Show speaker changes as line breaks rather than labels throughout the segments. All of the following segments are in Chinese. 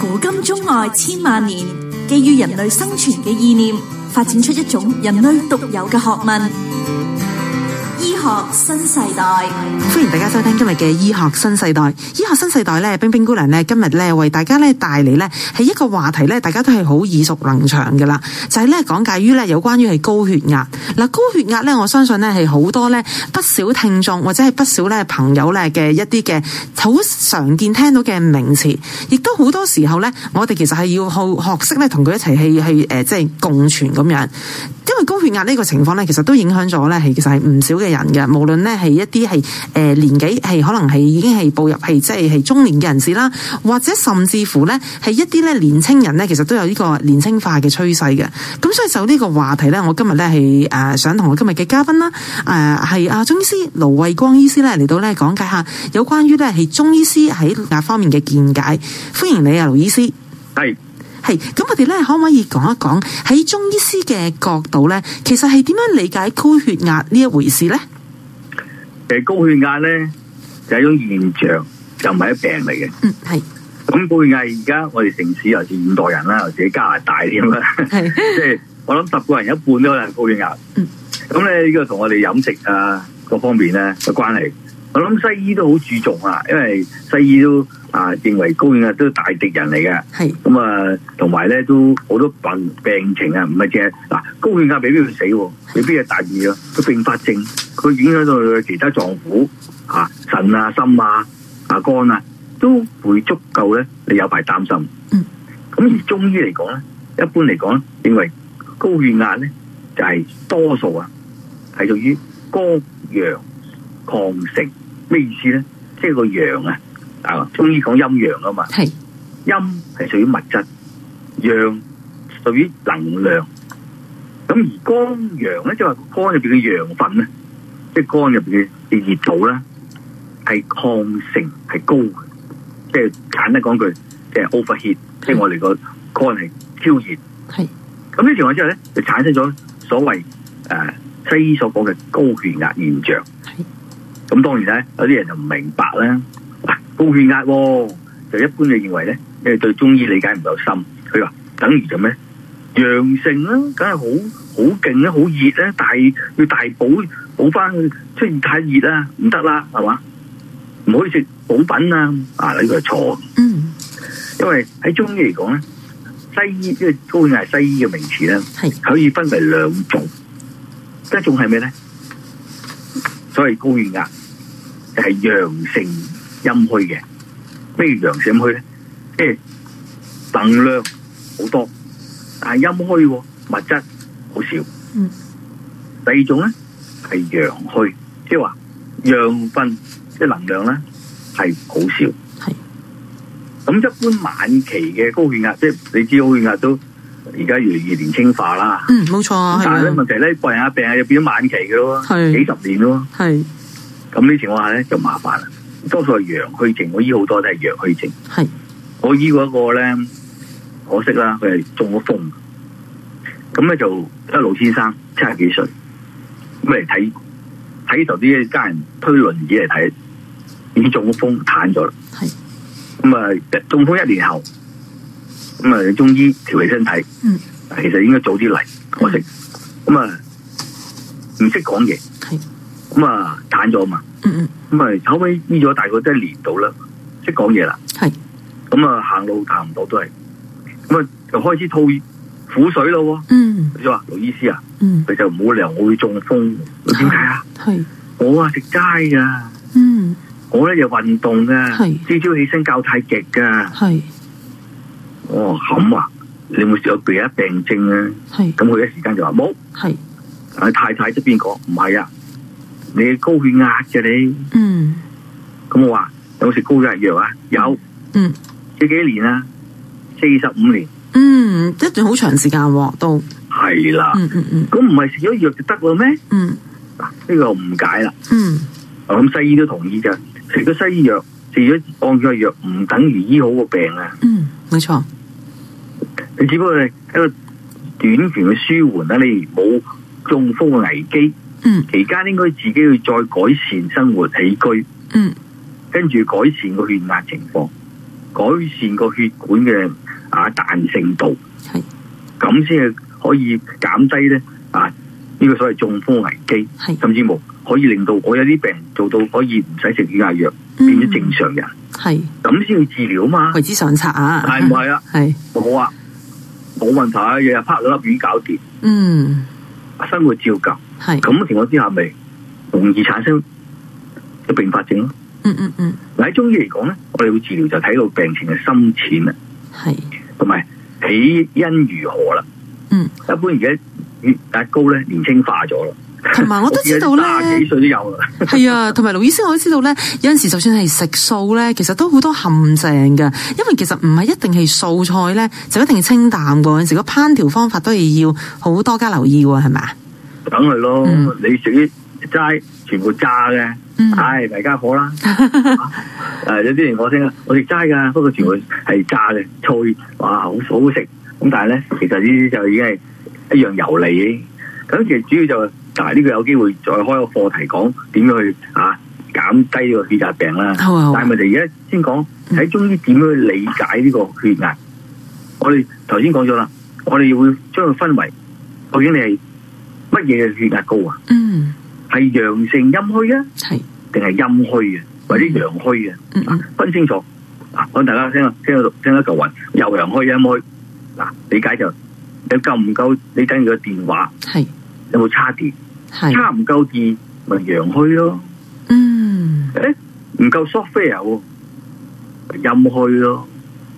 古今中外千萬年，基於人類生存嘅意念，發展出一種人類獨有嘅學問——醫學新世代。
歡迎大家收聽今日嘅醫學新世代。醫學新世代咧，冰冰姑娘咧今日咧為大家咧帶嚟咧係一個話題咧，大家都係好耳熟能詳嘅啦，就係咧講解於咧有關於係高血壓。嗱，高血壓咧，我相信咧係好多咧不少聽眾或者係不少咧朋友咧嘅一啲嘅好常見聽到嘅名詞，亦都好多時候咧，我哋其實係要去學識咧同佢一齊去去誒即係共存咁樣。因為高血壓呢個情況咧，其實都影響咗咧，係其實係唔少嘅人嘅。無論咧係一啲係誒年紀係可能係已經係步入係即係係中年嘅人士啦，或者甚至乎咧係一啲咧年青人咧，其實都有呢個年青化嘅趨勢嘅。咁所以就呢個話題咧，我今日咧係誒想同我今日嘅嘉賓啦，啊誒係阿中醫師盧衛光醫師咧嚟到咧講解下有關於咧係中醫師喺壓方面嘅見解。歡迎你啊，盧醫師。
係
係，咁我哋咧可唔可以講一講喺中醫師嘅角度咧，其實係點樣理解高血壓呢一回事咧？
誒高血壓咧就係一種現象，就唔係一病嚟嘅。
嗯，係
咁高血壓而家我哋城市尤其是現代人啦，尤其是加拿大添啦，
係
即係我諗十個人一半都可能高血壓
嗯。
咁咧呢個同我哋飲食啊各方面咧嘅關係。我諗西醫都好注重啊，因為西醫都啊認為高血壓都係大敵人嚟嘅。
係
咁啊，同埋咧都好多病病情啊，唔係淨係嗱高血壓未必會死喎，未必係大意咯，佢併發症，佢影響到佢其他臟腑啊、腎啊、心啊、啊肝啊，都會足夠咧，你有排擔心。
嗯，
咁而中醫嚟講咧，一般嚟講咧，認為高血壓咧就係、多數啊係屬於肝陽亢盛，咩意思咧？即係個陽啊，啊中醫講陰陽啊嘛。
係
陰係屬於物質，陽屬於能量。咁而肝陽咧，即係話肝入邊嘅陽分咧，即係肝入邊嘅嘅熱度啦，係亢盛係高嘅。即係簡單講句，即係 overheat，即係我哋個肝係超熱。
係
咁呢情況之後咧，就產生咗所謂誒、呃西醫所講嘅高血壓現象
係。
咁當然咧，有啲人就唔明白啦。哇，高血壓喎、就一般就認為咧，因為對中醫理解唔夠深，佢話等於做咩？陽盛啦，梗係好好勁啦，好熱啦，但係要大補補翻佢，出現太熱啦，唔得啦，係嘛？唔可以食補品啊！啊，呢個係錯嘅。
嗯
因為喺中醫嚟講咧，西醫即係高血壓係西醫嘅名詞咧，
係
可以分為兩種，一種係咩咧？所謂高血壓就係陽性陰虛嘅，咩叫陽性陰虛咧？即係能量好多，但係陰虛喎物質好少。
嗯。
第二種咧係陽虛，即係話陽分即係能量咧係好少。咁一般晚期嘅高血壓，即係你知高血壓都而家越嚟越年輕化啦。
嗯，冇錯啊，
但係咧
係啊
問題咧，個人嘅病係變咗晚期嘅咯，
係
幾十年咯。
係
咁呢情況下咧就麻煩啦。多數係陽虛症，我醫好多都係陽虛症。
係
我醫過一個咧，可惜啦，佢係中咗風。咁咧就一老先生七十幾歲，咁嚟睇睇頭啲家人推輪椅嚟睇，已經中咗風癱咗啦。
係
咁啊，中風一年後，咁啊，中醫調理身體，
嗯
其實應該早啲嚟，可惜，咁啊，唔識講嘢，
係
咁啊，癱咗嘛，
嗯嗯
咁啊，後尾醫咗大概都一年到啦，識講嘢啦，
係
咁啊，行路行唔到都係，咁啊，就開始吐苦水咯
嗯
喎，佢就話盧醫師啊，
嗯
佢就冇理由我會中風，我點解啊？
係
我啊食齋噶，
嗯
我咧就運動噶，
係
朝朝起身教太極噶。
係
哦，咁啊，你有冇有其他病症啊？
係
咁佢一時間就話冇，
係
佢太太側邊講唔係啊，你高血壓嘅你，
嗯
咁我話有冇食高血壓藥啊？有，
嗯
食幾年啊？四十五年，
嗯一段好長時間喎，都
係啦，
嗯嗯嗯
咁唔係食咗藥就得咯咩？
嗯
嗱，啊呢個誤解啦，
嗯
我諗西醫都同意噶，食咗西醫藥，食咗按腳藥唔等於醫好個病啊，
嗯，冇錯，
你只不過係一個短期嘅舒緩啦，你冇中風嘅危機。
嗯
期間應該自己去再改善生活起居，
嗯
跟住改善個血壓情況。改善個血管嘅啊彈性度，
係
咁先係可以減低咧啊呢、個所謂中風危機，
係
甚至乎可以令到我有啲病人做到可以唔使食血壓藥，
嗯
變咗正常人，
係
咁先要治療啊嘛，
為之上策啊，
係唔係啊？
係
冇啊，冇問題，啊日日拍兩粒丸搞掂，
嗯
生活照舊。
係
咁嘅情況之下，咪容易產生嘅併發症咯。
嗯嗯嗯
嗱喺中醫嚟講咧，我哋會治療就睇到病情嘅深淺啦，
係
同埋起因如何啦。
嗯，
一般而家血壓高咧，年輕化咗啦。
同埋我都知 道咧
卅幾歲都有啦。
係啊，同埋盧醫師我都知道咧，有陣時就算係食素咧，其實都好多陷阱嘅，因為其實唔係一定係素菜咧就一定係清淡嘅，有陣時個烹調方法都係要好多加留意喎，係咪啊？
等佢咯，
嗯
你食啲齋全部炸嘅，
嗯
唉，大家伙啦。誒，有啲人我聽啊，我食齋㗎，不過全部係炸嘅，脆，哇，好好好食。咁但係咧，其實呢啲就已經係一樣油膩。咁其實主要就係嗱，呢個有機會再開個課題講點樣去啊減低呢個血壓病啦。
好啊好啊
但係咪就而家先講喺中醫點樣去理解呢個血壓？我哋頭先講咗啦，我哋會將佢分為究竟你係乜嘢嘅血壓高啊？
嗯
係陽性陰虛啊，
係
定係陰虛啊，或者陽虛啊？
嗯
啊
嗯
分清楚。嗱，我大家聽啊，聽到聽得嚿雲，又陽虛陰虛。嗱，理解就你夠唔夠？你等於個電話
係
有冇叉電？
係
叉唔夠電咪陽虛咯，
嗯
唔夠 software 喎，咪陰虛咯。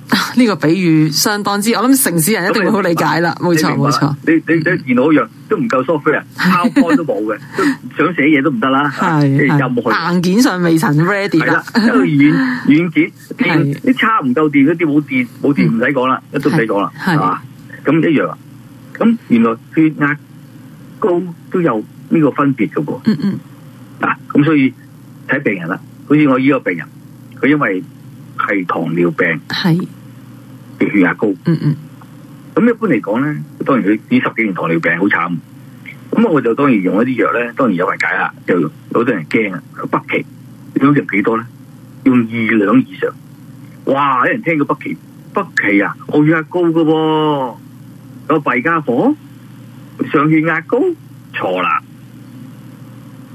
啊呢個比喻相當之，我諗城市人一定會好理解啦，冇錯
你明白
冇錯，
你你你電腦一樣都唔夠 software，拋波都冇嘅，都想寫嘢都唔得啦。
係
即係陰虛。
係硬件上未曾 ready
系啦
啦，，嗯
因 為軟軟件電
係嗯
啲叉唔夠電嗰啲冇電冇電唔使講啦，一都唔使講啦，
係
係嘛？咁一樣啊。咁原來血壓高都有呢個分別嘅噃。
嗯嗯
嗱，咁所以睇病人啦，好似我依個病人，佢因為係糖尿病
係
嘅血壓高，
嗯嗯
咁一般嚟講咧，當然佢呢十幾年糖尿病好慘。咁我就當然用一啲藥咧，當然有人解啦，就有啲人驚啊，北芪用成幾多咧？用二兩以上，哇！有人聽過北芪，北芪啊，我血壓高噶喎、有弊家伙，上血壓高，錯啦，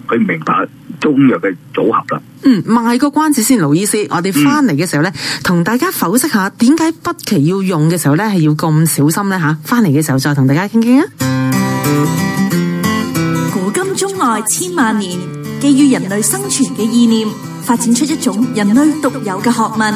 佢唔明白中藥嘅組合啦。
嗯，賣個關子先，盧醫師，我哋翻嚟嘅時候咧，同、大家剖析下點解北芪要用嘅時候咧係要咁小心咧吓，翻嚟嘅時候再同大家傾傾啊。
古今中外千萬年，基於人類生存嘅意念，發展出一種人類獨有嘅學問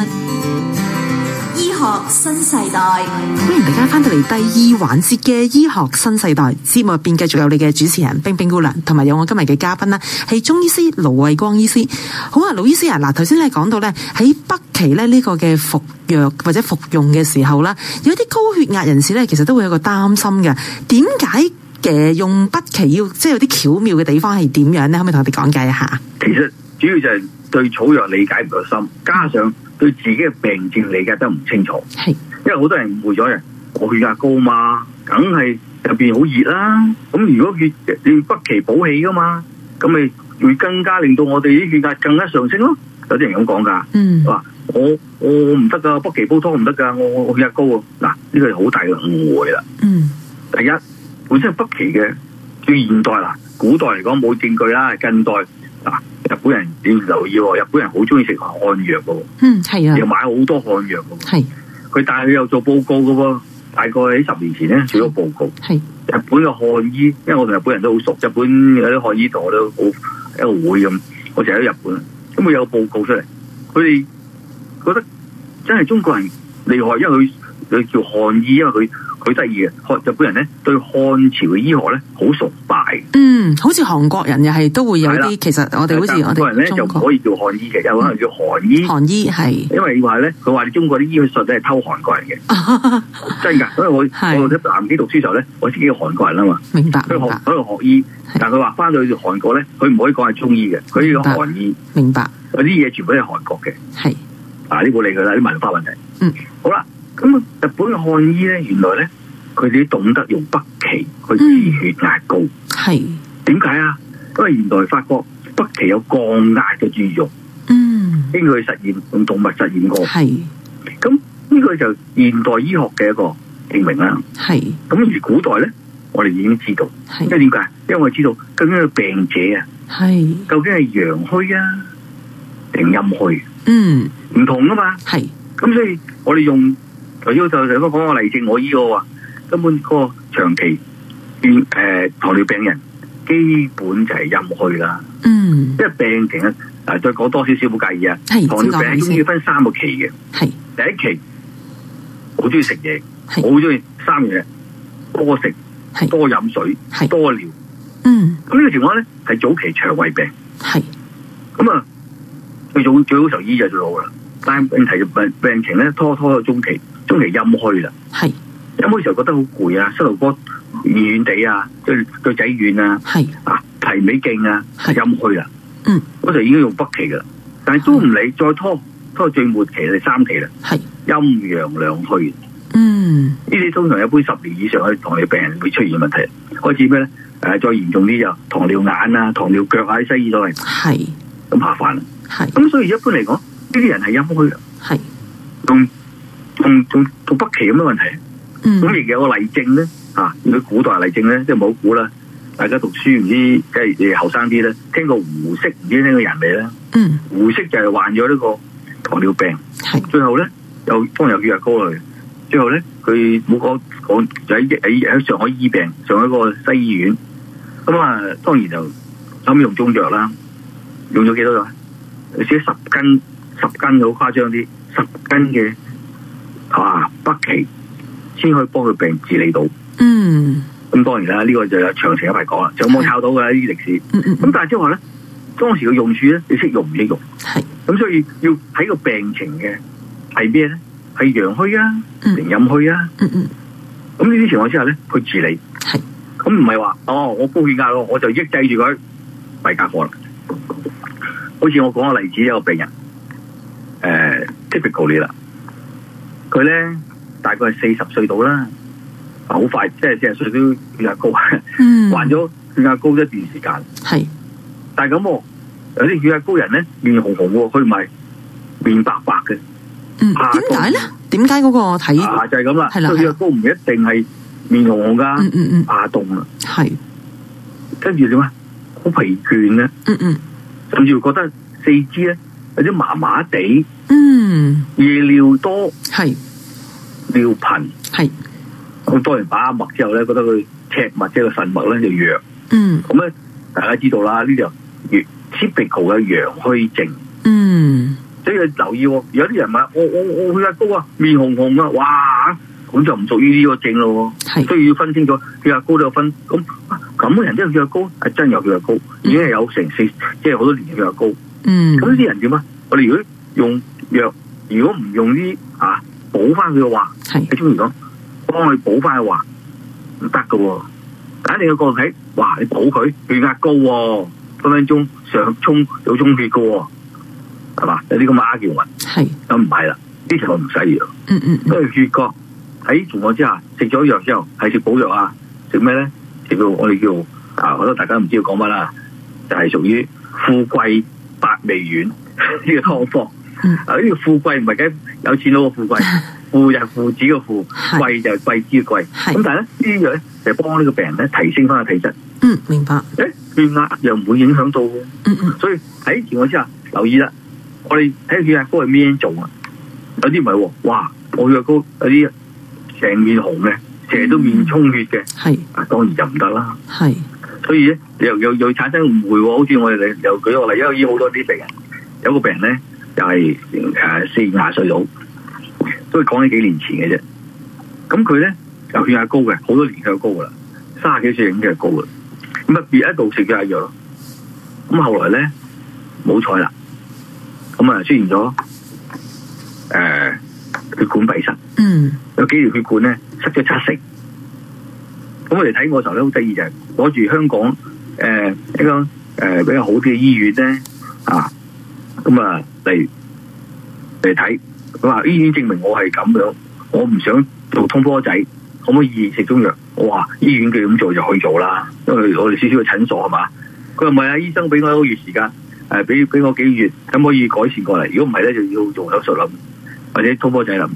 ——醫學新世代。
歡迎大家翻到嚟第二環節嘅醫學新世代節目入邊，繼續有你嘅主持人冰冰姑娘，同埋有我今日嘅嘉賓啦，係中醫師盧衛光醫師。好啊，盧醫師啊，嗱，頭先你講到咧喺北芪咧呢個嘅服藥或者服用嘅時候啦，有一啲高血壓人士咧，其實都會有個擔心嘅，點解嘅用北芪要即係有啲巧妙嘅地方係點樣咧？可唔可以同我哋講解一下？
其實主要就係對草藥理解唔夠深，加上對自己嘅病症理解得唔清楚。
係
因為好多人誤會咗人，我血壓高嘛，梗係入邊好熱啦。咁如果血你要北芪補氣噶嘛，咁咪會更加令到我哋啲血壓更加上升咯。有啲人咁講㗎，
嗯
話我我唔得㗎，北芪煲湯唔得㗎，我我我血壓高啊。嗱，呢個係好大嘅誤會啦。
嗯
第一，本身北芪嘅叫現代啦，古代嚟講冇證據啦，近代嗱日本人你要留意喎，日本人好中意食漢藥嘅
嗯係
喎，又
啊
買好多漢藥嘅喎。
係
佢但係佢又做報告嘅喎，大概喺十年前咧做咗報告。
係
日本嘅漢醫，因為我同日本人都好熟，日本有啲漢醫同我都好一個會咁，我成日喺日本，啊咁佢有報告出嚟，佢哋覺得真係中國人厲害，因為佢佢叫漢醫，因為佢佢得意嘅，漢日本人咧對漢朝嘅醫學咧好崇拜嘅，
嗯，好似韓國人又係都會有
係啦
啲，其實我哋好似我
但係中國人咧
哋
就
中
唔
國。嗯
可以叫漢醫嘅，有可能叫韓醫。
韓醫係
因為話咧，佢話你中國啲醫術都係偷韓國人嘅，真㗎。所以我
係
我喺南京讀書時候咧，我自己係韓國人啊嘛，
明白
佢
明
學
白
喺度學醫
係，
但佢話翻到去韓國咧，佢唔可以講係中醫嘅，佢要講韓醫，
明白
有啲嘢全部都係韓國嘅。
係
啊，呢冇理佢啦，啲文化問題。
嗯，
好啦，咁日本嘅漢醫咧，原來咧佢哋懂得用北芪
嗯
去治血壓高，
係
點解啊？因為原來發覺北芪有降壓嘅作用，
嗯
哦經過佢實驗用動物實驗過，
係
呢個就現代醫學嘅一個證明啦。
係
咁而古代咧，我哋已經知道，因為
係
點解？因為我哋知道究竟個病者啊，
係，
究竟係陽虛啊定陰虛，
嗯
唔同噶嘛。
係
咁所以我哋用頭先我就想講個例證，我醫我話根本嗰個長期變誒、呃糖尿病人，基本就係陰虛啦，
嗯
即係病情啊。啊，再講多少少冇介意啊。
係，
糖
請
尿
講
病
你
中醫
嗯先，
分三個期嘅，
係
第一期好中意食嘢，好
係
中意三樣嘢，多食
係、
多飲水、
係，
多尿。
嗯
咁呢個情況咧係早期腸胃病，
係
咁啊最早最好時候醫就最好啦。但係問題就病病情咧拖拖到中期，中期陰虛啦。
係
有冇時候覺得好攰啊？膝頭哥軟軟地啊，對對仔軟啊，
係
啊提尾勁啊，
係
陰虛啦。
嗯，
嗰時候已經用北芪噶啦，但係都唔理，再拖拖到最末期第三期啦，
係，
陰陽兩虛。呢
嗯
啲通常有杯十年以上嘅糖尿病人會出現問題，開始咩咧？誒、再嚴重啲就糖尿眼啊、糖尿腳啊，喺西醫都係
係
咁麻煩啦。
係
咁所以一般嚟講，呢啲人係陰虛啊，
係，
仲仲仲仲北芪咁嘅問題。咁
嗯
亦有個例證咧，啊，如果古代例證咧，即係冇估啦。大家讀書唔知，即係你哋後生啲咧，聽過胡適唔知聽過人未咧？
嗯
胡適就係患咗呢個糖尿病，
係
最後咧又當然有血壓高啦。最後咧佢冇講講就喺喺喺上海醫病，上海一個西醫院。咁啊，當然就後尾用中藥啦，用咗幾多啊？寫十斤，十斤好誇張啲，十斤嘅啊北芪先可以幫佢病治理到。
嗯
咁當然啦，呢、個就有詳情一排講啦，上網抄到㗎啦呢啲歷史。
嗯嗯
咁
嗯
但係之後咧，當時嘅用處咧，你識用唔識用？
係
咁所以要睇個病情嘅係咩咧？係陽虛啊，
嗯
定陰虛啊？
嗯嗯
咁呢啲情況之下咧，去治理。
係
咁唔係話哦，我高血壓咯，我就抑制住佢，弊格過啦。好似我講個例子，有個病人，誒、typical 你啦，佢咧大概係四十歲到啦，好快即係四十歲都血壓高，
嗯
患咗血壓高一段時間。
係
但係咁喎，有啲血壓高人咧面紅紅喎，佢唔係面白白嘅，
嗯點解咧？點解嗰個睇
啊就係咁啦。
係啦
佢血壓高唔一定係面紅紅噶，
嗯嗯嗯
牙凍啦，
係
啊跟住點啊？好疲倦咧。
嗯嗯
甚至會覺得四肢咧有啲麻麻地，
嗯
夜尿多、
係
尿頻。
係
咁當然把脈之後咧，覺得佢赤脈即係個腎脈咧就弱。
嗯
咁咧大家知道啦，呢就越 typical 嘅陽虛症。
嗯
所以要留意喎，有啲人話我我我血壓高啊，面紅紅啊，哇！咁就唔屬於呢個症咯喎，
係
所以要分清楚血壓高都有分。咁啊咁嘅人真係血壓高，係真有血壓高，已經係有成四，即係好多年嘅血壓高。
嗯
咁呢啲人點啊？我哋如果用藥，如果唔用啲啊補翻佢嘅話，
係
喺中醫講幫佢補翻嘅話，唔得噶喎。但係你個個體，哇！你補佢血壓高、喎，分分鐘上衝有充血噶、喎，係嘛？有啲咁嘅 argument，
係
咁唔係啦，呢條我唔使藥，
嗯嗯
因為血角喺情況之下食咗藥之後係食補藥啊，食咩咧？食到我哋叫啊，我覺得大家唔知要講乜啦，就係屬於富貴百味丸 呢個湯方。
嗯
啊！呢個富貴唔係梗有錢 佬個富貴，富就係父子嘅富，
係
貴就係貴之嘅貴。
係
咁但係咧呢樣咧就幫呢個病人咧提升翻個體質，
嗯明白
誒血壓又唔會影響到喎。
嗯嗯
所以喺情況之下，留意啦，我哋睇血壓高係咩人做啊？有啲唔係喎，哇！我血壓高，有啲成面紅嘅，成日都面充血嘅，
係
啊，當然就唔得啦。
係
所以咧，又又又產生誤會喎。好似我哋又舉個例，因為醫好多啲病人，有個病人咧就係誒四廿歲佬，都係講緊幾年前嘅啫。咁佢咧就血壓高嘅，好多年血壓高噶啦，三十幾歲已經血壓高啦。咁啊，別一度食咗壓藥咯。咁後來咧冇彩啦，咁啊出現咗誒、呃血管閉塞。
嗯
有幾條血管咧塞咗七成。咁我哋睇我嘅時候咧，好得意就係攞住香港誒、呃一個誒、呃比較好啲嘅醫院咧啊，咁啊嚟嚟睇，佢話醫院證明我係咁樣，我唔想做通波仔，可唔可以食中藥？我話醫院佢咁做就可以做啦，因為我哋少少嘅診所係嘛。佢話唔係啊，醫生俾我一個月時間，誒俾俾我幾個月，咁可以改善過嚟。如果唔係咧，就要做手術啦，或者通波仔啦。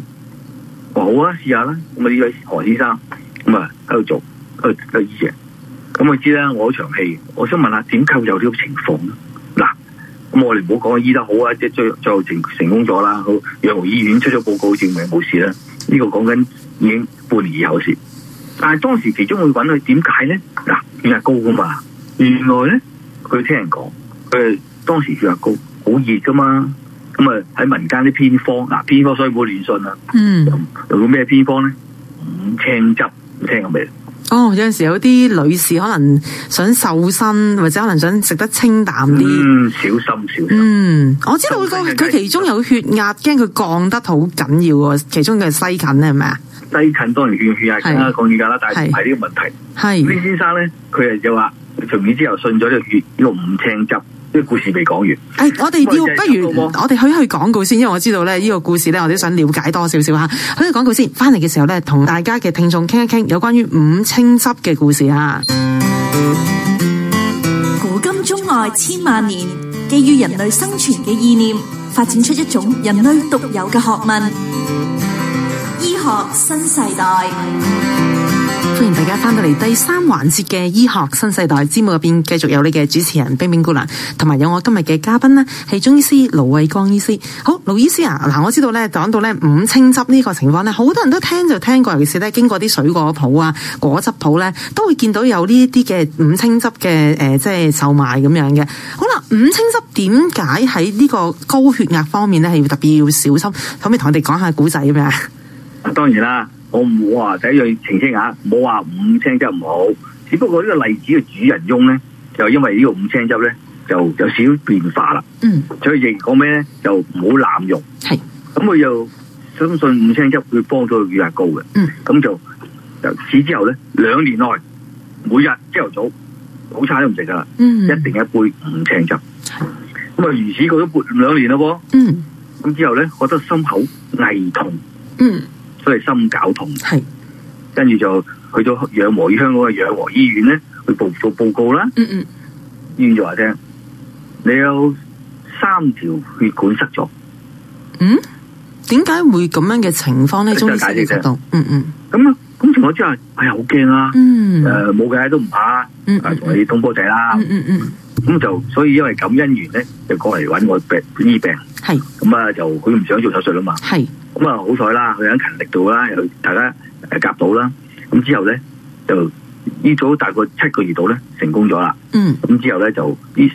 我話好啊，試下啦。咁啊呢位何先生咁啊喺度做，喺度喺度醫嘅。咁啊我知啦，我嗰場戲，我想問下點構有呢種情況咧嗱，咁我哋唔好講醫得好啊，即係最最後成成功咗啦。好，養和醫院出咗報告證明冇事啦。呢、個講緊已經半年以後事。但係當時其中會揾佢點解咧？嗱，血壓高噶嘛，原來咧佢聽人講，佢當時血壓高，好熱噶嘛，咁啊喺民間啲偏方，嗱偏方所以唔好亂信啊啦。
嗯，
有個咩偏方咧？五青汁，你聽過未？
哦，有阵时有啲女士可能想瘦身，或者可能想食得清淡啲。
嗯，小心小心。
嗯，我知道佢
瘦
個
身
佢其中有血壓，驚佢降得好緊要喎。其中嘅西芹係咪啊？
低近當然勸血壓啦，講血壓啦，但係唔嗯係呢個問題。呢
係
先生咧，佢係就話從此之後信咗呢個血呢個五青汁，呢個故事未講完。
诶、哎我哋
喂
要
真係
不如
有個喎
我哋去一去廣告先，因為我知道咧呢個故事咧，我哋都想了解多少少吓。去去廣告先，翻嚟嘅時候咧，同大家嘅聽眾傾一傾有關於五青汁嘅故事啊吓。
古今中外千萬年，基於人類生存嘅意念，發展出一種人類獨有嘅學問——醫學新世代。
歡迎大家翻到嚟第三環節嘅醫學新世代節目入邊，繼續有你嘅主持人冰冰姑娘，同埋有我今日嘅嘉賓呢，係中醫師盧慧光醫師。好，盧醫師啊，嗱，我知道咧講到咧五青汁呢個情況咧，好多人都聽就聽過，尤其是咧經過啲水果鋪啊、果汁鋪咧，都會見到有呢啲嘅五青汁嘅誒、呃即係售賣咁樣嘅。好啦，五青汁點解喺呢個高血壓方面咧係要特別要小心？可唔可以同我哋講下古仔咁樣？啊
當然啦，我唔好話第一樣澄清下，唔好話五青汁唔好。只不過呢個例子嘅主人翁咧，就因為呢個五青汁咧，就有少少變化啦。
嗯，
所以亦講咩咧，就唔好濫用。
係，
咁佢又相信五青汁會幫到佢血壓高嘅。
嗯，
咁就由此之後咧，兩年內每日朝頭早早餐都唔食噶啦，
嗯
一定一杯五青汁。咁啊，如此過咗半兩年咯
嗯
噃，咁之後咧覺得心口翳痛，
嗯，
所以心絞痛，
係，
跟住就去咗養和醫香港嘅養和醫院咧去報做報告啦。
嗯嗯。
醫院就話聽你有三條血管塞咗。
嗯，點解會咁樣嘅情況咧？
就
中醫
係
師嘅
解釋
角度，嗯嗯
咁啊，咁情況之下，哎呀好驚啦！
嗯
誒冇計都唔怕，啊
嗯
同你通波仔啦。
嗯嗯嗯，
咁就所以因為咁因緣咧，就過嚟揾我病醫病。
係
咁啊就佢唔想做手術啦嘛。
係
咁啊好彩啦，佢喺勤力度啦，又大家誒夾到啦。咁之後咧就醫咗大概七個月度咧成功咗啦。
嗯
咁之後咧就醫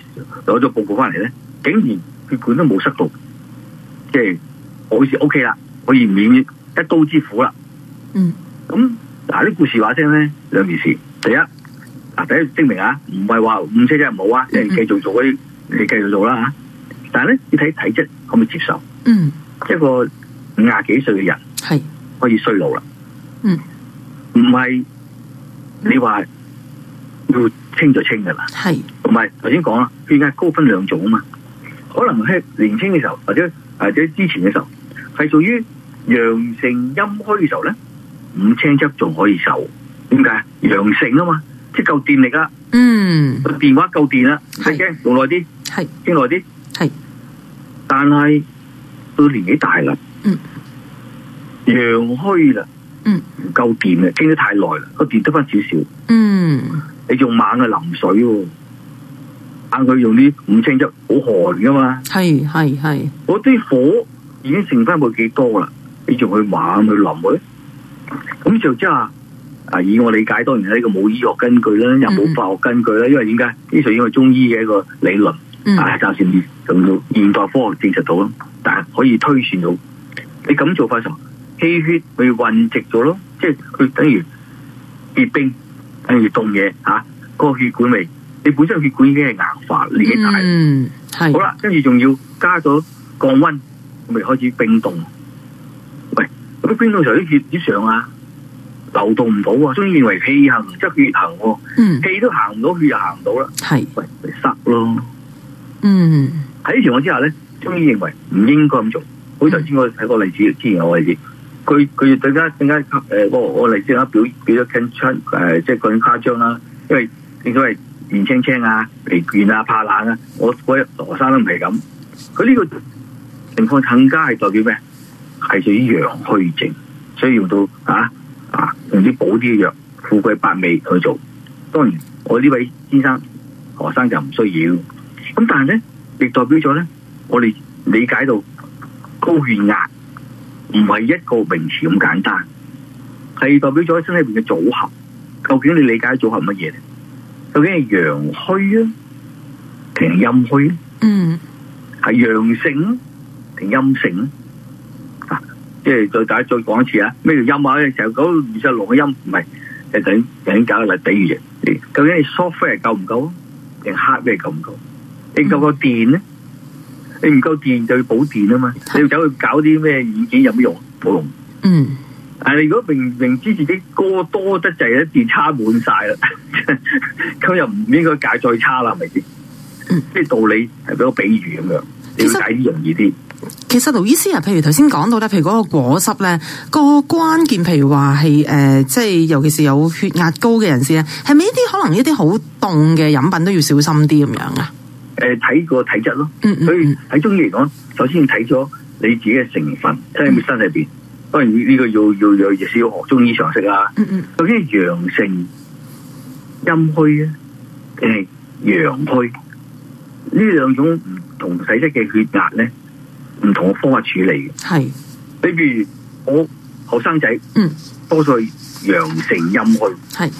攞咗報告翻嚟咧，竟然血管都冇塞到，即係好似 O K 啦，可以免一刀之苦啦。
嗯
咁嗱，啲故事話聲咧兩件事。第一，嗱第一證明啊，唔係話五車真係冇啊，即
嗯嗯
係繼續做嗰啲，你繼續做啦嚇。啊但係咧，你睇體質可唔可以接受？
嗯
一個五廿幾歲嘅人
係
可以衰老啦，
嗯
唔係你話要清就清噶啦。
係
同埋頭先講啦，血壓高分兩種啊嘛，可能喺年青嘅時候，或者或者之前嘅時候，係屬於陽性陰虛嘅時候咧，五青汁仲可以受。點解？陽性啊嘛，即係夠電力啊，
嗯
電話夠電啦，唔使
係
驚，用耐啲，
係
傾耐啲。
係
但係到年紀大啦，
嗯，
陽虛啦，
嗯，
唔夠電啦，傾得太耐啦，個電得翻少少。
嗯
你仲猛去淋水喎、猛佢用啲五青汁好寒噶嘛，
係係係
嗰啲火已經剩翻冇幾多啦，你仲去猛去淋佢，咁就即係啊！以我理解，當然呢個冇醫學根據啦，又
嗯
冇化學根據啦，因為點解？呢屬於我中醫嘅一個理論，
嗯
啊，暫時用到現代科學證實到咯，但係可以推算到，你咁做法嘅時候，氣血咪混直咗咯，即係佢等於結冰，等於凍嘢嚇，啊嗰個血管咪，你本身血管已經係硬化，年紀大啦。
嗯係
好啦，跟住仲要加咗降温，咁咪開始冰凍。喂，咁冰凍時候啲血點上啊？流動唔到啊，中醫認為氣行則血行喎、
嗯
氣都行唔到，血又行唔到啦。
係
喂，咪塞咯。
嗯
喺呢情況之下咧，中醫認為唔應該咁做。好似頭先我睇個例子，之前有個例子，佢佢更加更加誒、呃，我我例子更加表表咗更出誒，即係更誇張啦。因為正所謂面青青啊、疲倦啊、怕冷啊，我嗰日羅生都唔係咁。佢呢個情況更加係代表咩？係屬於陽虛症，需要到啊啊用啲補啲嘅藥，富貴百味去做。當然，我呢位先生何生就唔需要。咁但係咧，亦代表咗咧，我哋理解到高血壓唔係一個名詞咁簡單，係代表咗身體入邊嘅組合。究竟你理解嘅組合係乜嘢咧？究竟係陽虛啊，定係陰虛啊？
嗯
係陽性定陰性啊？即係再大家再講一次啊！咩叫陰啊？成日講二十六個陰，唔係就等等搞嚟比喻啫。你究竟你 software 夠唔夠啊？定 hardware 夠唔夠？你夠唔夠電咧？你唔夠電就要補電啊嘛！你要走去搞啲咩軟件有咩用？冇用。
嗯
但係你如果明明知自己歌多得滯咧，電差滿晒啦， 咁又唔應該解再差啦，係咪先
嗯？
即係道理係俾個比喻咁樣，你要解啲容易啲。
其實盧醫師啊，譬如頭先講到咧，譬如嗰個果汁咧，個關鍵譬如話係誒，即係尤其是有血壓高嘅人士咧，係咪呢啲可能一啲好凍嘅飲品都要小心啲咁樣啊？
誒睇個體質咯，
嗯嗯
所以喺中醫嚟講，首先要睇咗你自己嘅成分，即係你身入邊。
嗯
當然呢個要要要亦是要學中醫常識啦。
嗯嗯
究竟係陽性、陰虛啊，定係陽虛？呢兩種唔同體質嘅血壓咧，唔同嘅方法處理嘅。
係
比如我後生仔，
嗯
多數係陽性陰虛。
係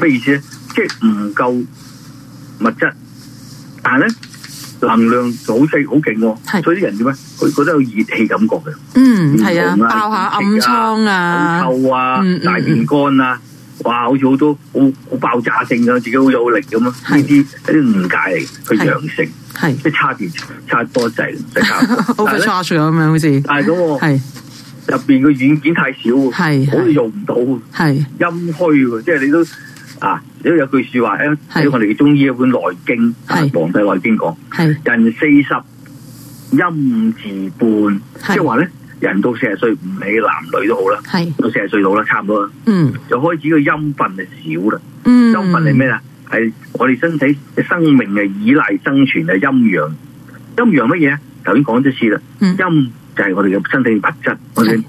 咩意思咧？即係唔夠物質，但係咧能量就好細好勁喎。
係
所以啲人點咧？佢覺得有熱氣感覺嘅，
嗯係啊，
唔同啊
爆下暗瘡啊
好，臭啊
嗯嗯，
大便乾啊，哇！好似好多好好爆炸性啊，自己好有力咁啊！
係
呢啲一啲誤解嚟，佢
係
陽性，
係
即係差啲差多滯，唔使 差。但係咧，
overcharge 咁樣好似
但係咁喎
係
入邊個軟件太少，
係
好似
係
用唔到。
係
陰虛喎，即係你都啊，你都有句説話咧，
係
喺我哋嘅中醫一本《內經》啊，
係
《黃帝內經》講
係
人四十陰自半，
係
即係話咧，人到四十歲唔理男女都好啦，
係
到四十歲到啦，差唔多啦，
嗯
就開始個陰分係少啦。
嗯
陰分係咩啊？係我哋身體嘅生命嘅依賴生存嘅陰陽。陰陽乜嘢啊？頭先講咗一次啦，
嗯
陰就係我哋嘅身體嘅物質，我哋嘅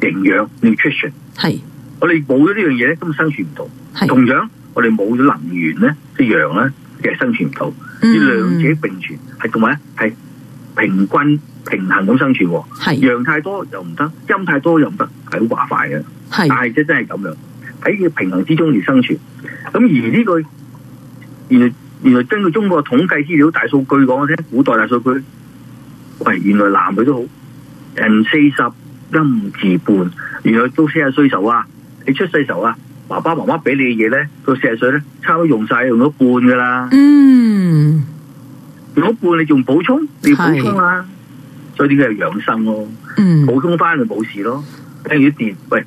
營養 nutrition。
係
我哋冇咗呢樣嘢咧，咁生存唔到。
係
同樣，我哋冇咗能源咧，即係陽咧，亦係生存唔到。呢
嗯
兩者並存，係同埋咧係平均平衡咁生存喎。
係
陽太多又唔得，陰太多又唔得，係好麻煩嘅。但
係
係即真係咁樣喺呢個平衡之中而生存。咁而呢個原來原來根據中國統計資料大數據講嘅啫，古代大數據，喂，原來男女都好，人四十陰自半，原來到四十歲時候啊，你出世時候啊，爸爸媽媽俾你嘅嘢咧，到四十歲咧，差唔多用晒，用咗半噶啦，
嗯
用咗半你仲補充，你要補充啦，所以呢個係養生咯。
嗯
補充翻咪冇事咯。跟住啲電，喂，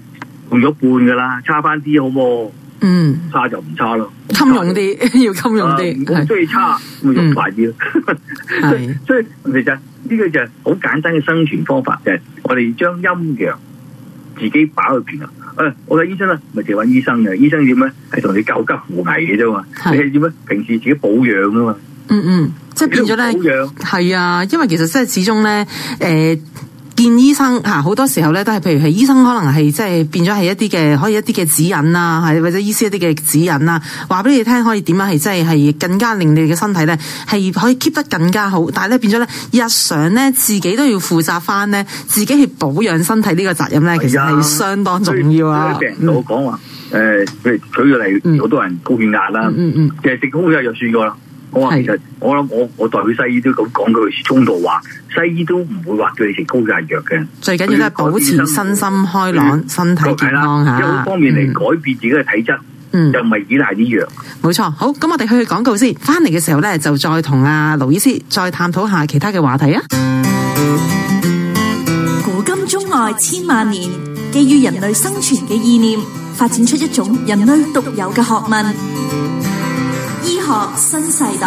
用咗半噶啦，差翻啲好冇？
嗯。
差就唔差咯，
襟用啲，要襟用啲，
啊唔
係
中意差，咪用快啲咯。
嗯係
所以其實呢個就係好簡單嘅生存方法，就係我哋將陰陽自己擺去平衡。誒，我睇醫生啦，咪就揾醫生嘅。醫生點咧？係同你救急扶危嘅啫嘛。
係
你係點咧？平時自己保養啊嘛。
嗯嗯，即係變咗
保
咧，
養
係啊，因為其實即係始終咧，誒、見醫生嚇，好多時候咧都係，譬如係醫生可能係即係變咗係一啲嘅，可以一啲嘅指引啊，係或者醫師一啲嘅指引啊，話俾你聽可以點樣係即係係更加令你嘅身體咧係可以 keep 得更加好，但係咧變咗咧日常咧自己都要負責翻咧自己去保養身體呢個責任咧，其實係相當重要啊
所以，有啲病人同我講話誒，譬如舉個例，
嗯
好多人高血壓啦。
嗯嗯嗯
其實食高藥就算咗啦。我話
係
其實我諗我我代表西醫都咁講句中道話，西醫都唔會話叫你食高壓藥嘅。
最緊要都係保持身心開朗、身體健康
嗯係啦有
嚇。
方面
嗯
嚟改變自己嘅體質，
嗯
就唔係依賴啲藥。
冇錯，好，咁我哋去廣告先，翻嚟嘅時候呢，就再同阿盧醫師再探討下其他嘅話題啊。
古今中外千萬年，基於人類生存嘅意念，發展出一種人類獨有嘅學問——醫學學新世代，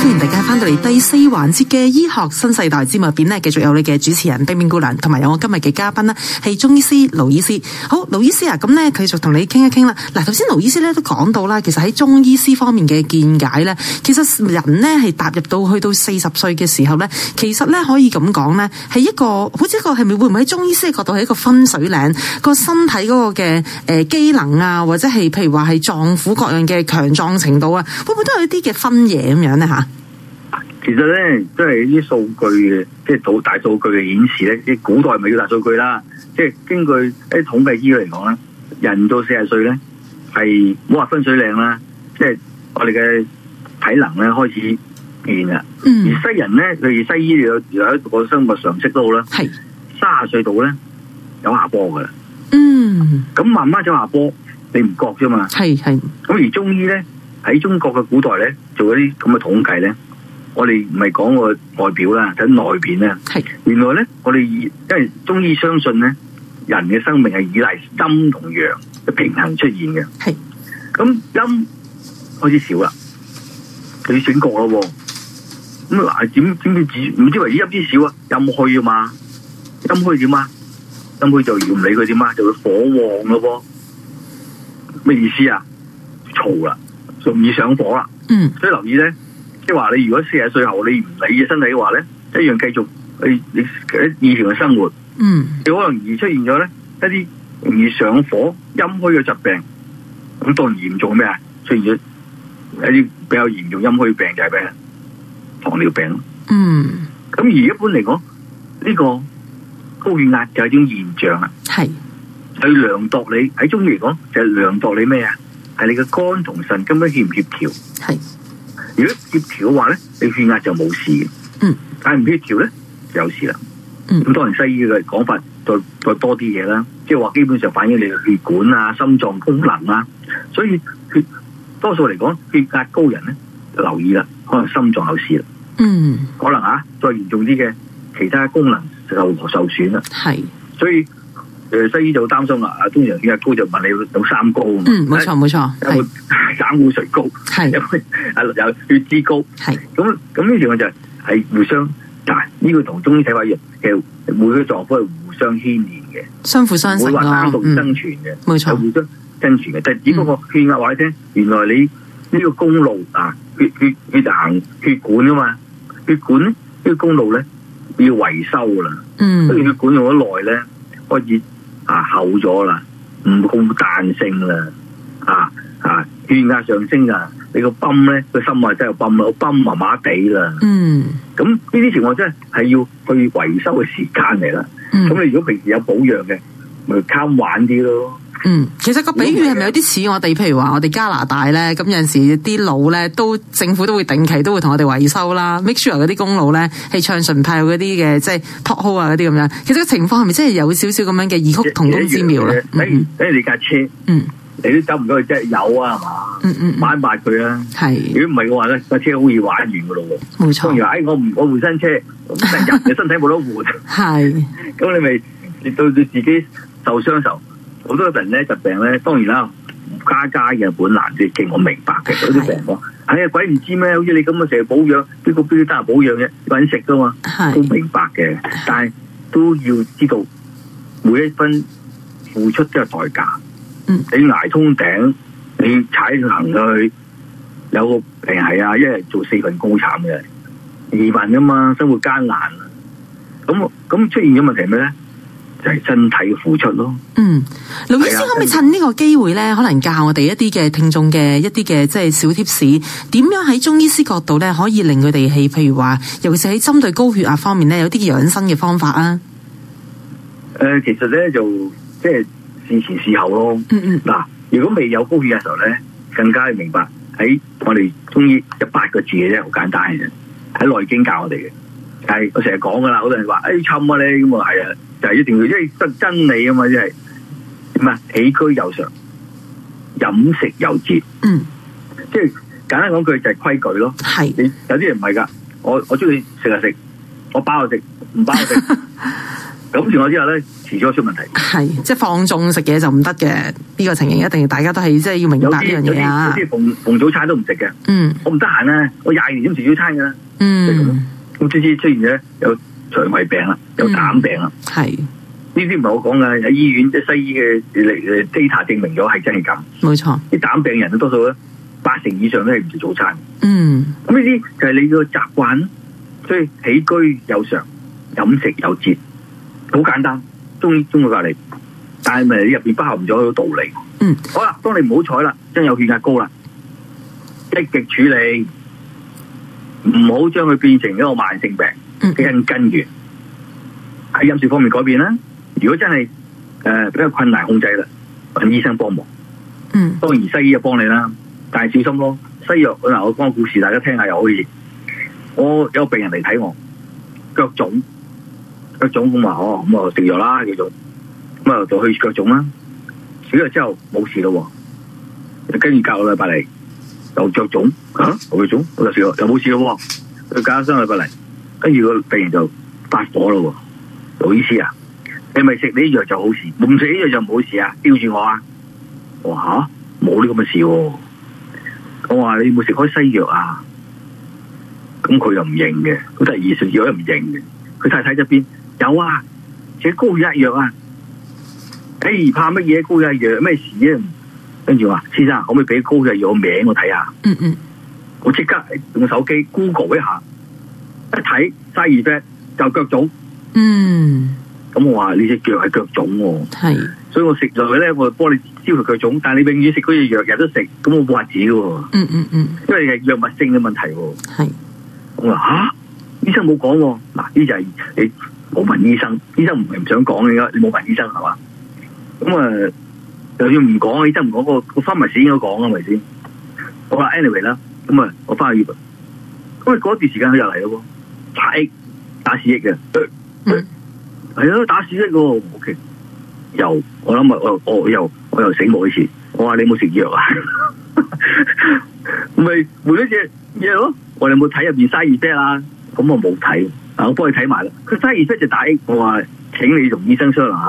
歡迎大家翻到嚟第四環節嘅醫學新世代節目入邊咧，繼續有你嘅主持人冰冰姑娘，同埋有我今日嘅嘉賓啦，係中醫師盧醫師。好，盧醫師啊，咁咧繼續同你傾一傾啦。嗱，頭先盧醫師咧都講到啦，其實喺中醫師方面嘅見解咧，其實人咧係踏入到去到四十歲嘅時候咧，其實咧可以咁講咧，係一個好似一個係咪會唔會喺中醫師嘅角度係一個分水嶺，個身體嗰個嘅誒機能啊，或者係譬如話係臟腑各樣嘅強壯程度啊，會唔會都有一啲嘅分野咁樣咧吓？
其實咧，即係啲數據嘅，即係到大數據嘅顯示咧，即係古代咪叫大數據啦。即係根據啲統計醫學嚟講咧，人到四十歲咧係冇話分水嶺啦，即係我哋嘅體能咧開始變啦。而
嗯，
西人咧，譬如西醫有有一個生物常識都好啦，
係，
三十歲度咧有下坡噶啦，
嗯，
咁慢慢走下坡，你唔覺啫嘛。
係係，
咁而中醫咧喺中國嘅古代咧做嗰啲咁嘅統計咧，我哋唔係講個外表啦，睇內邊咧。
係，
原來咧，我哋以因為中醫相信咧，人嘅生命係依賴陰同陽嘅平衡出現嘅。
係
咁陰開始少啦，佢要醒覺咯喎。咁嗱，點點點止唔知為之陰之少啊？陰虛啊嘛，陰虛點啊？陰虛就唔理佢點啊，就會火旺咯噃。咩意思啊？燥啦，容易上火啦。
嗯，
所以留意咧，即係話你如果四十歲後你唔理嘅身體嘅話咧，一樣繼續去你以前嘅生活，
嗯，
你可能而出現咗咧一啲容易上火、陰虛嘅疾病。咁當然嚴重咩啊？出現咗一啲比較嚴重陰虛病就係咩啊？糖尿病咯。
嗯，
咁而一般嚟講，呢、個高血壓就係一種現象啊，
係，
去量度你喺中醫嚟講就係量度你咩啊？係你嘅肝同腎根本協唔協調？
係，
如果協調嘅話咧，你血壓就冇事嘅。
嗯，
但係唔協調咧就有事啦。
嗯
咁當然西醫嘅講法再再多啲嘢啦，即係話基本上反映你嘅血管啊、心臟功能啊，所以血多數嚟講血壓高人咧就留意啦，可能心臟有事啦，
嗯，
可能啊再嚴重啲嘅其他功能受受損啦，
係，
所以誒、西醫就擔心啦，啊通常血壓高就問你有三高啊嘛，
嗯，冇錯冇錯，
有冇
係，
膽固醇高，有
係，
冇啊有血脂高。
係，
咁咁呢條我就係互相，但係呢個同中醫睇法一樣，嘅每個臟腑係互相牽連
相輔
嘅，
相
唔會
成
話單
咯，
獨
嗯，
生存嘅，
冇
係
錯，嗯
互相生存嘅。但係只不過血壓話你聽，原來你呢個公路啊，血血血行血管啊嘛，血管呢、呢個公路咧要維修㗎啦，
嗯
因，為血管用咗耐咧，開始啊厚咗啦，唔咁彈性啦，啊啊血壓上升啊，你個泵咧個心啊真係泵啦，個泵麻麻地啦。
嗯，
咁呢啲情況真係要去維修嘅時間嚟啦。
嗯。
咁你如果平時有保養嘅，咪貪玩啲咯。
嗯，其實個比喻係咪有啲似我哋，譬如話我哋加拿大咧，咁有陣時啲路咧都政府都會定期都會同我哋維修啦，make sure 嗰啲公路咧係暢順派嗰啲嘅，即係 pothole 啊嗰啲咁樣。其實個情況係咪真係有少少咁樣嘅異曲同工之妙咧？
等於
嗯
等於你架車，
嗯
你都走唔到去，即係有啊，係嘛？
嗯嗯，嗯
抹一抹佢啊！
係
如果唔係嘅話咧，架車好易玩完噶咯喎。
冇
當
錯，
然話，哎，我唔我換新車，咁但係人嘅身體冇得換，
係
咁你咪你到你自己受傷受。好多人咧疾病咧，當然啦，家家嘅本難啲，勁我明白嘅。有啲病人講，哎呀，鬼唔知咩，好似你咁啊，成日保養，邊個邊得閒保養嘅，揾食噶嘛。都
係
明白嘅，但係都要知道每一分付出都有代價。
嗯
你捱通頂，你踩行去，有個病係啊，一日做四份工好慘嘅，移民啊嘛，生活艱難啊。咁咁出現嘅問題係咩咧？就係、身體嘅付出咯。
嗯。盧醫師
係啊
可唔可以趁呢個機會咧，可能教我哋一啲嘅聽眾嘅一啲嘅即係小貼士，點樣喺中醫師角度咧可以令佢哋係譬如話，尤其是喺針對高血壓方面咧，有啲養生嘅方法啊？
誒、其實咧就即係事前事後咯。
嗯嗯
嗱，如果未有高血壓嘅時候咧，更加要明白喺我哋中醫有八個字嘅啫，好簡單嘅啫，喺內經教我哋嘅。係我成日講噶啦，好多人話誒侵啊你咁啊，係啊，就係一定要，因為真真理啊嘛，即係點啊？起居有常，飲食有節，
嗯，
即係簡單講句就係規矩咯。
係
你 有啲人唔係㗎，我我中意食就食，我包就食，唔包就食。咁情況之下咧，遲早出問題。
係即係放縱食嘢就唔得嘅，呢、個情形一定要大家都係即係要明
有
白呢
啲
樣
有
嘢
啲
啊。
有啲逢逢早餐都唔食嘅，
嗯
我唔得閒啊，我廿二點食早餐㗎啦。
嗯，
咁之之出現咗有腸胃病啦，有膽病啦，
係
呢啲唔係我講㗎，喺醫院即係西醫嘅嚟 data 證明咗係真係咁。
冇錯。
啲膽病人啊多數咧八成以上都係唔食早餐。
嗯
咁呢啲就係你個習慣啦，所以起居有常，飲食有節，好簡單，中中國隔離。但係咪入邊包含咗好多道理？
嗯，
好啦，當你唔好彩啦，真有血壓高啦，積極處理，唔好將佢變成一個慢性病
嗯
嘅根源。喺飲食方面改變啦，如果真係誒、呃比較困難控制啦，揾醫生幫忙。
嗯
當然西醫就幫你啦，但係小心咯。西藥嗱，我講個故事大家聽下又可以。我有病人嚟睇我，腳腫，腳腫咁話哦，咁啊食藥啦腳腫，咁啊就去腳腫啦。幾日之後冇事咯喎，跟住隔個禮拜嚟又腳腫，啊又腳腫，我就食藥又冇事咯喎。佢隔咗三個禮拜嚟，跟住個病人就發火咯喎，老醫師啊，你咪食呢啲藥就好事，唔食呢啲藥就冇事啊，吊住我啊！我話吓冇呢咁嘅事、喎。我話你有冇食開西藥啊？咁佢又唔認嘅，好得意，食藥又唔認嘅。佢太太側邊有啊，食高血壓藥啊。哎，怕乜嘢高血壓藥咩事啊？跟住話先生可唔可以俾高血壓藥個名我睇下？
嗯嗯，
我即刻用手機 Google 一下，一睇西二 f 就腳腫。
嗯
咁我話你隻腳係腳腫喎。
係，
所以我食落去咧，我幫你消除腳腫，但係你永遠食嗰隻藥日都食，咁我冇法子嘅喎，
嗯嗯嗯
因為係藥物性嘅問題喎。
係，
我話吓、醫生冇講喎，嗱呢就係你冇問醫生，醫生唔係唔想講嘅，你冇問醫生係嘛？咁啊，就算唔講，醫生唔講，個個 pharmacist 應該講啊，係咪先？好啦，anyway 啦，咁啊，我翻去咁啊，嗰段時間佢又嚟咯喎，打 A 打屎益嘅，
嗯
係咯，打屎益喎，OK。又我諗啊，我我我又我又醒目一次，我話你有冇食藥啊？咪換咗隻嘢咯。我哋有冇睇入邊嘥二啡啦？咁我冇睇，啊我幫佢睇埋啦。佢嘥二啡就打 A，我話請你同醫生商量下。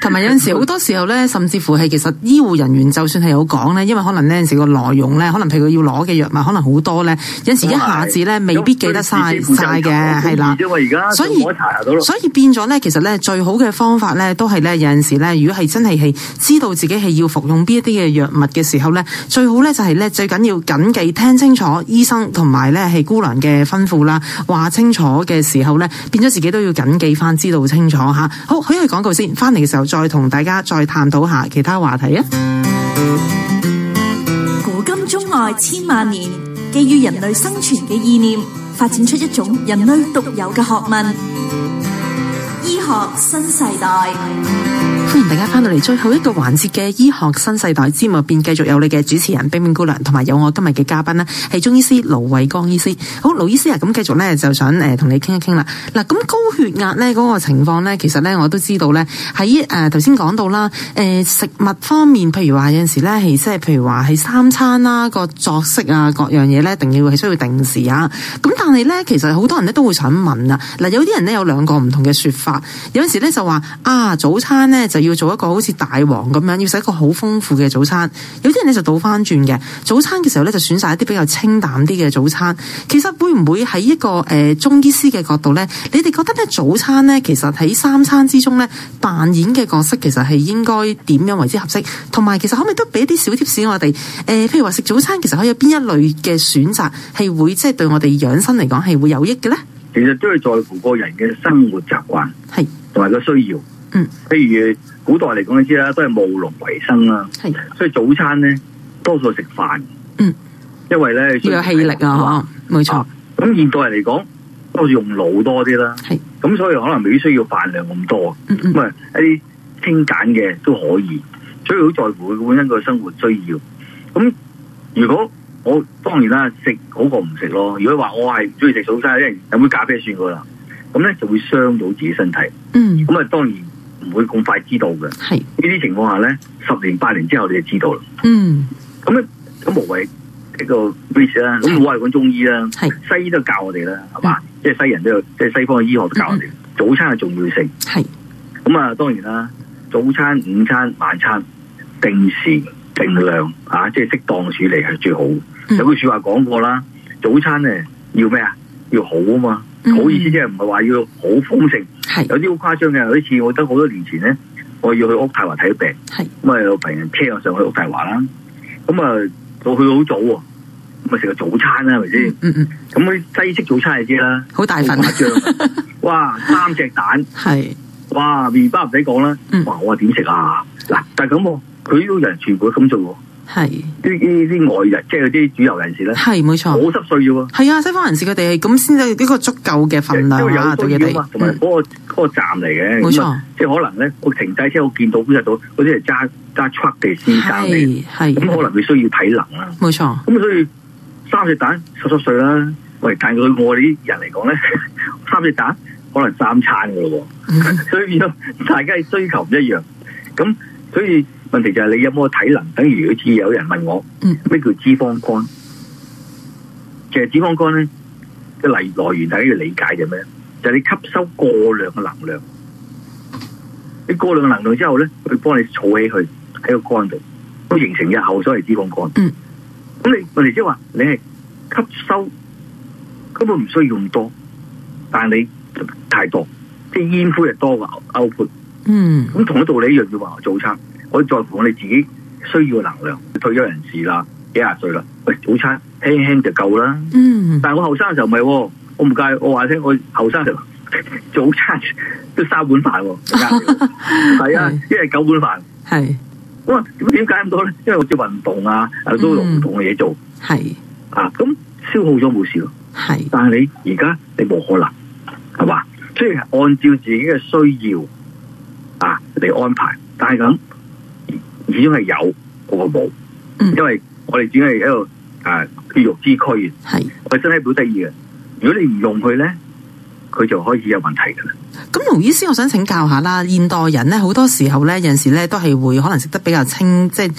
同埋有陣時好多時候咧，甚至乎係其實醫護人員就算係有講咧，因為可能呢陣時個內容咧，可能譬如佢要攞嘅藥物可能好多咧，有陣時一下子
啊
咧未必記得晒晒嘅，係啦。
因為而家
所以
我查到咯。
所以變咗咧，其實咧最好嘅方法咧，都係咧有陣時咧，如果係真係係知道自己係要服用邊一啲嘅藥物嘅時候咧，最好咧就係咧最緊要緊記聽清楚醫生同埋咧係姑娘嘅吩咐啦，話清楚嘅時候咧，變咗自己都要緊記翻，知道清楚吓。好，可以去廣告先，翻嚟嘅時候再同大家再探討下其他話題啊。
古今中外千萬年，基於人類生存嘅意念，發展出一種人類獨有嘅學問——醫學新世代。
歡迎大家翻到嚟最後一個環節嘅醫學新世代節目入邊，繼續有你嘅主持人冰冰姑娘，同埋有我今日嘅嘉賓呢係中醫師盧偉光醫師。好，盧醫師啊，咁繼續咧就想誒同、你傾一傾啦。嗱，咁高血壓咧嗰個情況咧，其實咧我都知道咧喺誒頭先講到啦，誒、食物方面，譬如話有陣時咧係即係譬如話係三餐啦、個作息啊各樣嘢咧，一定要係需要定時啊。咁但係咧，其實好多人咧都會想問啊。嗱，有啲人咧有兩個唔同嘅説法，有陣時咧就話啊，早餐咧就要做一個好似大王咁樣，要食一個好豐富嘅早餐。有啲人咧就倒翻轉嘅，早餐嘅時候咧就選晒一啲比較清淡啲嘅早餐。其實會唔會喺一個誒、呃中醫師嘅角度咧，你哋覺得咧早餐咧其實喺三餐之中咧扮演嘅角色其實係應該點樣為之合適？同埋其實可唔可以都俾啲小貼士我哋？誒、譬如話食早餐其實可以有邊一類嘅選擇係會即係對我哋養生嚟講係會有益嘅咧？
其實都係在乎個人嘅生活習慣
係
同埋個需要。
嗯，
譬如古代嚟講，你知啦，都係務農為生啦，
係
所以早餐咧多數食飯。
嗯，
因為咧
要有氣力啊！嗬，冇錯
啊，咁現代嚟講，多數用腦多啲啦，
係
咁所以可能未必需要飯量咁多，
嗯嗯
咁啊一啲清簡嘅都可以，所以好在乎佢本身個生活需要。咁如果我當然啦，食好過唔食咯。如果話我係唔中意食早餐，一人飲杯咖啡算噶啦，咁咧就會傷到自己身體。
嗯
咁啊當然唔會咁快知道嘅。呢
係
啲情況下咧，十年八年之後你就知道啦。
嗯
咁咧咁無謂一個 risk 啦，咁我係講中醫啦。
係嗯
西醫都教我哋啦，係嘛？即係西人都有，即係西方嘅醫學都教我哋，早餐嘅重要性。
係
咁啊，當然啦，早餐、午餐、晚餐定時定量啊，即係適當處理係最好。
嗯
有句説話講過啦，早餐咧要咩啊？要好啊嘛，
嗯
好意思即係唔係話要好豐盛，
係
有啲好誇張嘅。有一次我記得好多年前咧，我要去渥太華睇病。
係
咁啊有朋友車我上去屋大華啦，咁啊到去到好早喎，咁啊食個早餐啦，係咪先？
嗯嗯，
咁嗰啲西式早餐你知啦，
好大
好
份，啊
誇張， 哇三隻蛋，
係
哇麵包唔使講啦
嗯，
哇我話點食啊？嗱，但係咁喎，佢呢度人全部都咁做喎，
係
啲啲啲外人即係嗰啲主流人士咧，
係冇
好
錯，
濕碎嘅喎。
係啊，西方人士佢哋係咁先有一個足夠嘅份量
因為有
啊，對佢
需要啊嘛
哋，，
同埋
嗯
嗰個嗰個站嚟嘅，
冇
咁啊
錯，
即係可能咧，我停低車，我見到觀察到嗰啲係揸揸 truck 嘅先生
係
嚟，
係
咁可能佢需要體能啊啦。
冇錯，
咁所以三隻蛋十七歲啦，喂！但係對我哋啲人嚟講咧， 三隻蛋可能三餐噶咯喎， 所以變咗大家嘅需求唔一樣。咁所以問題就係你有冇個體能？等於好似有人問我，
嗯
咩叫脂肪肝？其實脂肪肝咧嘅嚟來源，大家要理解就係咩呢？就係你吸收過量嘅能量，你過量嘅能量之後咧，佢幫你儲起佢喺個肝度，都形成日後所謂脂肪肝。
嗯
咁你問題即係話你係吸收根本唔需要咁多，但係你太多，即係煙灰係多過 output。
嗯
咁同一道理一樣要話早餐，我在乎我哋自己需要嘅能量。退休人士啦，幾廿歲啦，喂早餐輕輕就夠啦。
嗯
但係我後生嘅時候唔係喎，我唔介意，我話你聽我後生嘅時候 早餐都三碗飯喎，係啊，一係九碗飯。
係
咁啊，咁點解咁多咧？因為我做運動啊，啊都有唔同嘅嘢做
係
啊，咁消耗咗冇事咯。
係
但係你而家你冇可能，係嘛？雖然係按照自己嘅需要啊嚟安排，但係咁始終係有嗰個冇，
嗯
因為我哋只係一個啊血肉之軀，
係。
我哋身體表得意嘅。如果你唔用佢咧，佢就開始有問題㗎啦。
咁盧醫師，我想請教下啦，現代人咧好多時候咧，有陣時咧都係會可能食得比較清，即係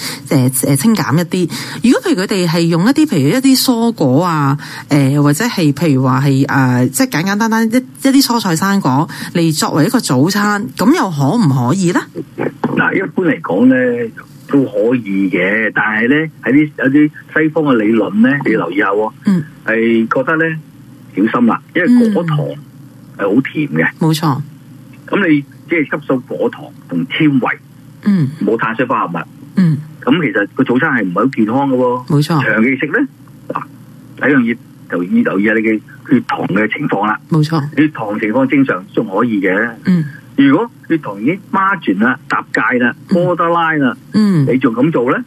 誒誒清減一啲。如果譬如佢哋係用一啲譬如一啲蔬果啊，誒、或者係譬如話係誒，即係簡簡單單一一啲蔬菜生果嚟作為一個早餐，咁又可唔可以咧？
嗱，一般嚟講咧都可以嘅，但係咧喺啲有啲西方嘅理論咧，你留意下喎，
嗯，
係覺得咧小心啦，因為果糖係好甜嘅，
冇錯，
咁你即係吸收果糖同纖維，
嗯
冇碳水化合物，
嗯，
咁其實個早餐係唔係好健康嘅喎，
冇錯，
長期食咧，嗱，第一樣嘢就要留意下你嘅血糖嘅情況啦，
冇錯，
血糖情況正常仲可以嘅，
嗯
如果血糖已經 margin 啦、搭界啦、
嗯
borderline 啦。
嗯。
你仲咁做咧，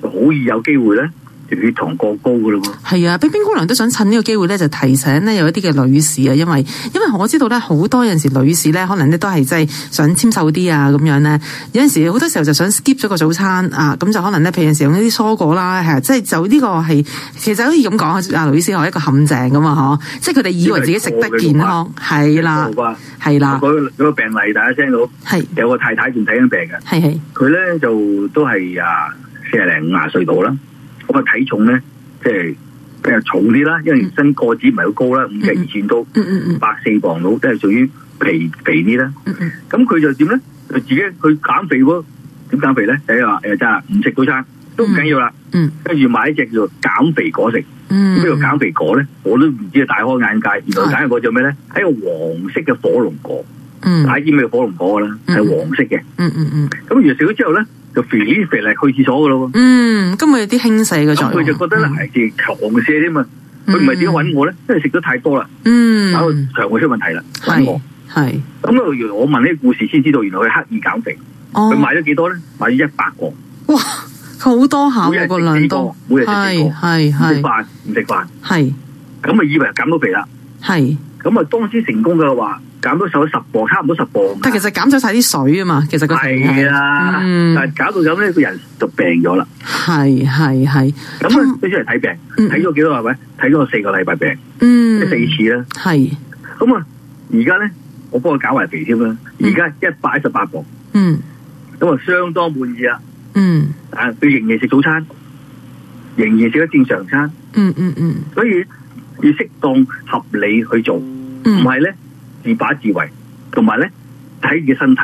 就好易有機會咧，就血糖過高噶咯喎。
係啊，冰冰姑娘都想趁呢個機會咧，就提醒咧有一啲嘅女士啊，因為因為我知道咧好多有陣時女士咧，可能咧都係即係想纖瘦啲啊咁樣咧，有陣時好多時候就想 skip 咗個早餐啊，咁就可能咧譬如有陣時用一啲蔬果啦，係啊即係就呢個係其實好似咁講啊，女士係一個陷阱噶嘛，嗬，即係佢哋以為自己食得健康，係啦
好，吧，
係
嗰
啦，
個嗰個病例大家聽到，
係
有個太太仲睇緊病嘅，
係係，
佢咧就都係啊四廿零五廿歲到啦，咁啊體重咧即係比較重啲啦，因為身個子唔係好高啦，五尺二寸高，
嗯嗯
百四磅到，都係屬於肥肥啲啦。
嗯嗯
咁佢就點咧？佢自己佢減肥喎，點減肥咧？就話誒，真係唔食早餐都唔緊要啦，
嗯
跟住買一隻叫做減肥果食。
嗯，
咩叫減肥果咧？我都唔知啊！大開眼界，原來
係
減肥果做咩咧？係一個黃色嘅火龍果，
嗯
大家知咩叫火龍果啦？係
嗯
黃色嘅。
嗯嗯嗯
咁原來食咗之後咧，就肥嚟肥嚟去廁所噶咯喎。
嗯，咁佢有啲輕細嘅
咁
作用，
佢就覺得咧係自強瀉添嘛。
嗯
佢唔係點揾我咧？因為食得太多啦，
嗯，
搞到腸胃出問題啦，揾
係
我。
係。
咁啊，原來我問呢個故事先知道，原來佢刻意減肥。
哦
佢買咗幾多咧？買咗一百個，
哇，佢好多下
每日
喎
食
個量
幾個
都，，
每日食幾
係
個，
係
唔食
係
飯唔食飯，
係
咁啊以為減到肥啦。
係，
咁啊，當時成功嘅話，減咗手十磅，差唔多十磅㗎。
但其實減咗晒啲水啊嘛，其實個情況
系啦，
嗯
啊但系搞到咁咧，個人就病咗啦。
係係係，
咁啊，飛出嚟睇病，
嗯
睇咗幾多係咪？睇咗我四個禮拜病，
嗯，
四次啦。
係，
咁啊，而家咧，我幫佢搞埋肥添啦。而家一百一十八磅，
嗯
咁啊，相當滿意啦。
嗯
但係佢仍然食早餐，仍然食得正常餐，
嗯嗯嗯
所以要適當合理去做，唔
嗯，
係咧自把自為，同埋咧睇自己身體。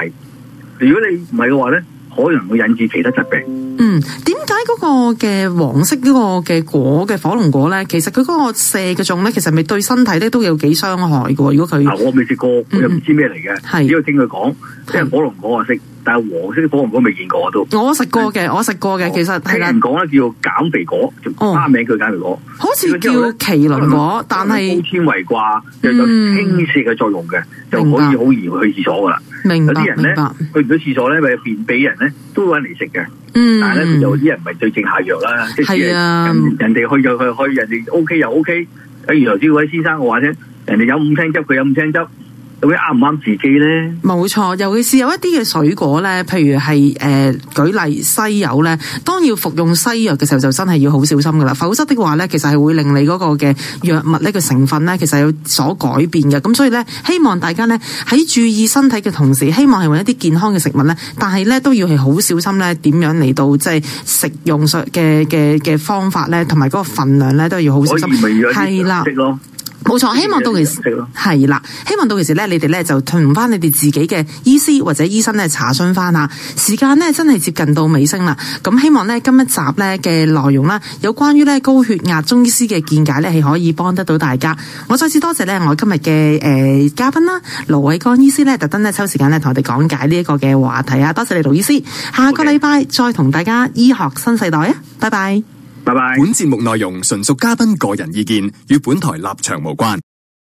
如果你唔係嘅話咧，可能會引致其他疾病。
嗯，點解嗰個嘅黃色嗰個嘅果嘅火龍果咧，其實佢嗰個射嘅種咧，其實咪對身體咧都有幾傷害嘅喎。如果
嗱，
佢
啊我未食過，我又唔知咩嚟
嗯係
嘅，只有聽佢講，即係火龍果我識，但係黃色嘅火龍果未見過我都。
我食過嘅，我食過嘅，其實係
哦聽
啦
人，講咧叫減肥果，就
哦
花名叫減肥果，
好似叫麒麟果，但
高
係
纖維啩，就有
嗯
清瀉嘅作用嘅，就
明白
可以好易去廁所噶啦。
明
有
白
啲人
明
咧
白，
去唔到廁所咧，咪便秘人咧都會揾嚟食嘅。
嗯，
但係咧，有啲人咪對症下藥啦，即係
係啊
人人哋去就佢去，人哋 O K 又 O K。誒，原來呢位先生我話聽，人哋有五青汁，佢有五青汁，究竟啱唔啱自己咧？
冇錯，尤其是有一啲嘅水果咧，譬如係誒、呃、舉例西柚咧，當要服用西藥嘅時候，就真係要好小心噶啦，否則的話咧，其實係會令你嗰個嘅藥物呢個成分咧，其實有所改變嘅。咁所以咧，希望大家咧喺注意身體嘅同時，希望係揾一啲健康嘅食物咧，但係咧都要係好小心咧，點樣嚟到即係食用上嘅嘅嘅方法咧，同埋嗰個份量咧都要好小
所
心。
以咪要有
係
啲
啦
常識。咯，
冇錯，希望到其時
識咯
係啊啦，希望到其時咧，你哋咧就同翻你哋自己嘅醫師或者醫生咧查詢翻下。時間咧真係接近到尾聲啦，咁希望咧今一集咧嘅內容啦，有關於咧高血壓中醫師嘅見解咧係可以幫得到大家。我再次多謝咧我今日嘅誒嘉賓啦，盧偉光醫師咧特登咧抽時間咧同我哋講解呢一個嘅話題啊，多謝你盧醫師。下個
OK
禮拜再同大家醫學新世代啊，拜拜。
拜拜。
本节目内容纯属嘉宾个人意见，与本台立场无关。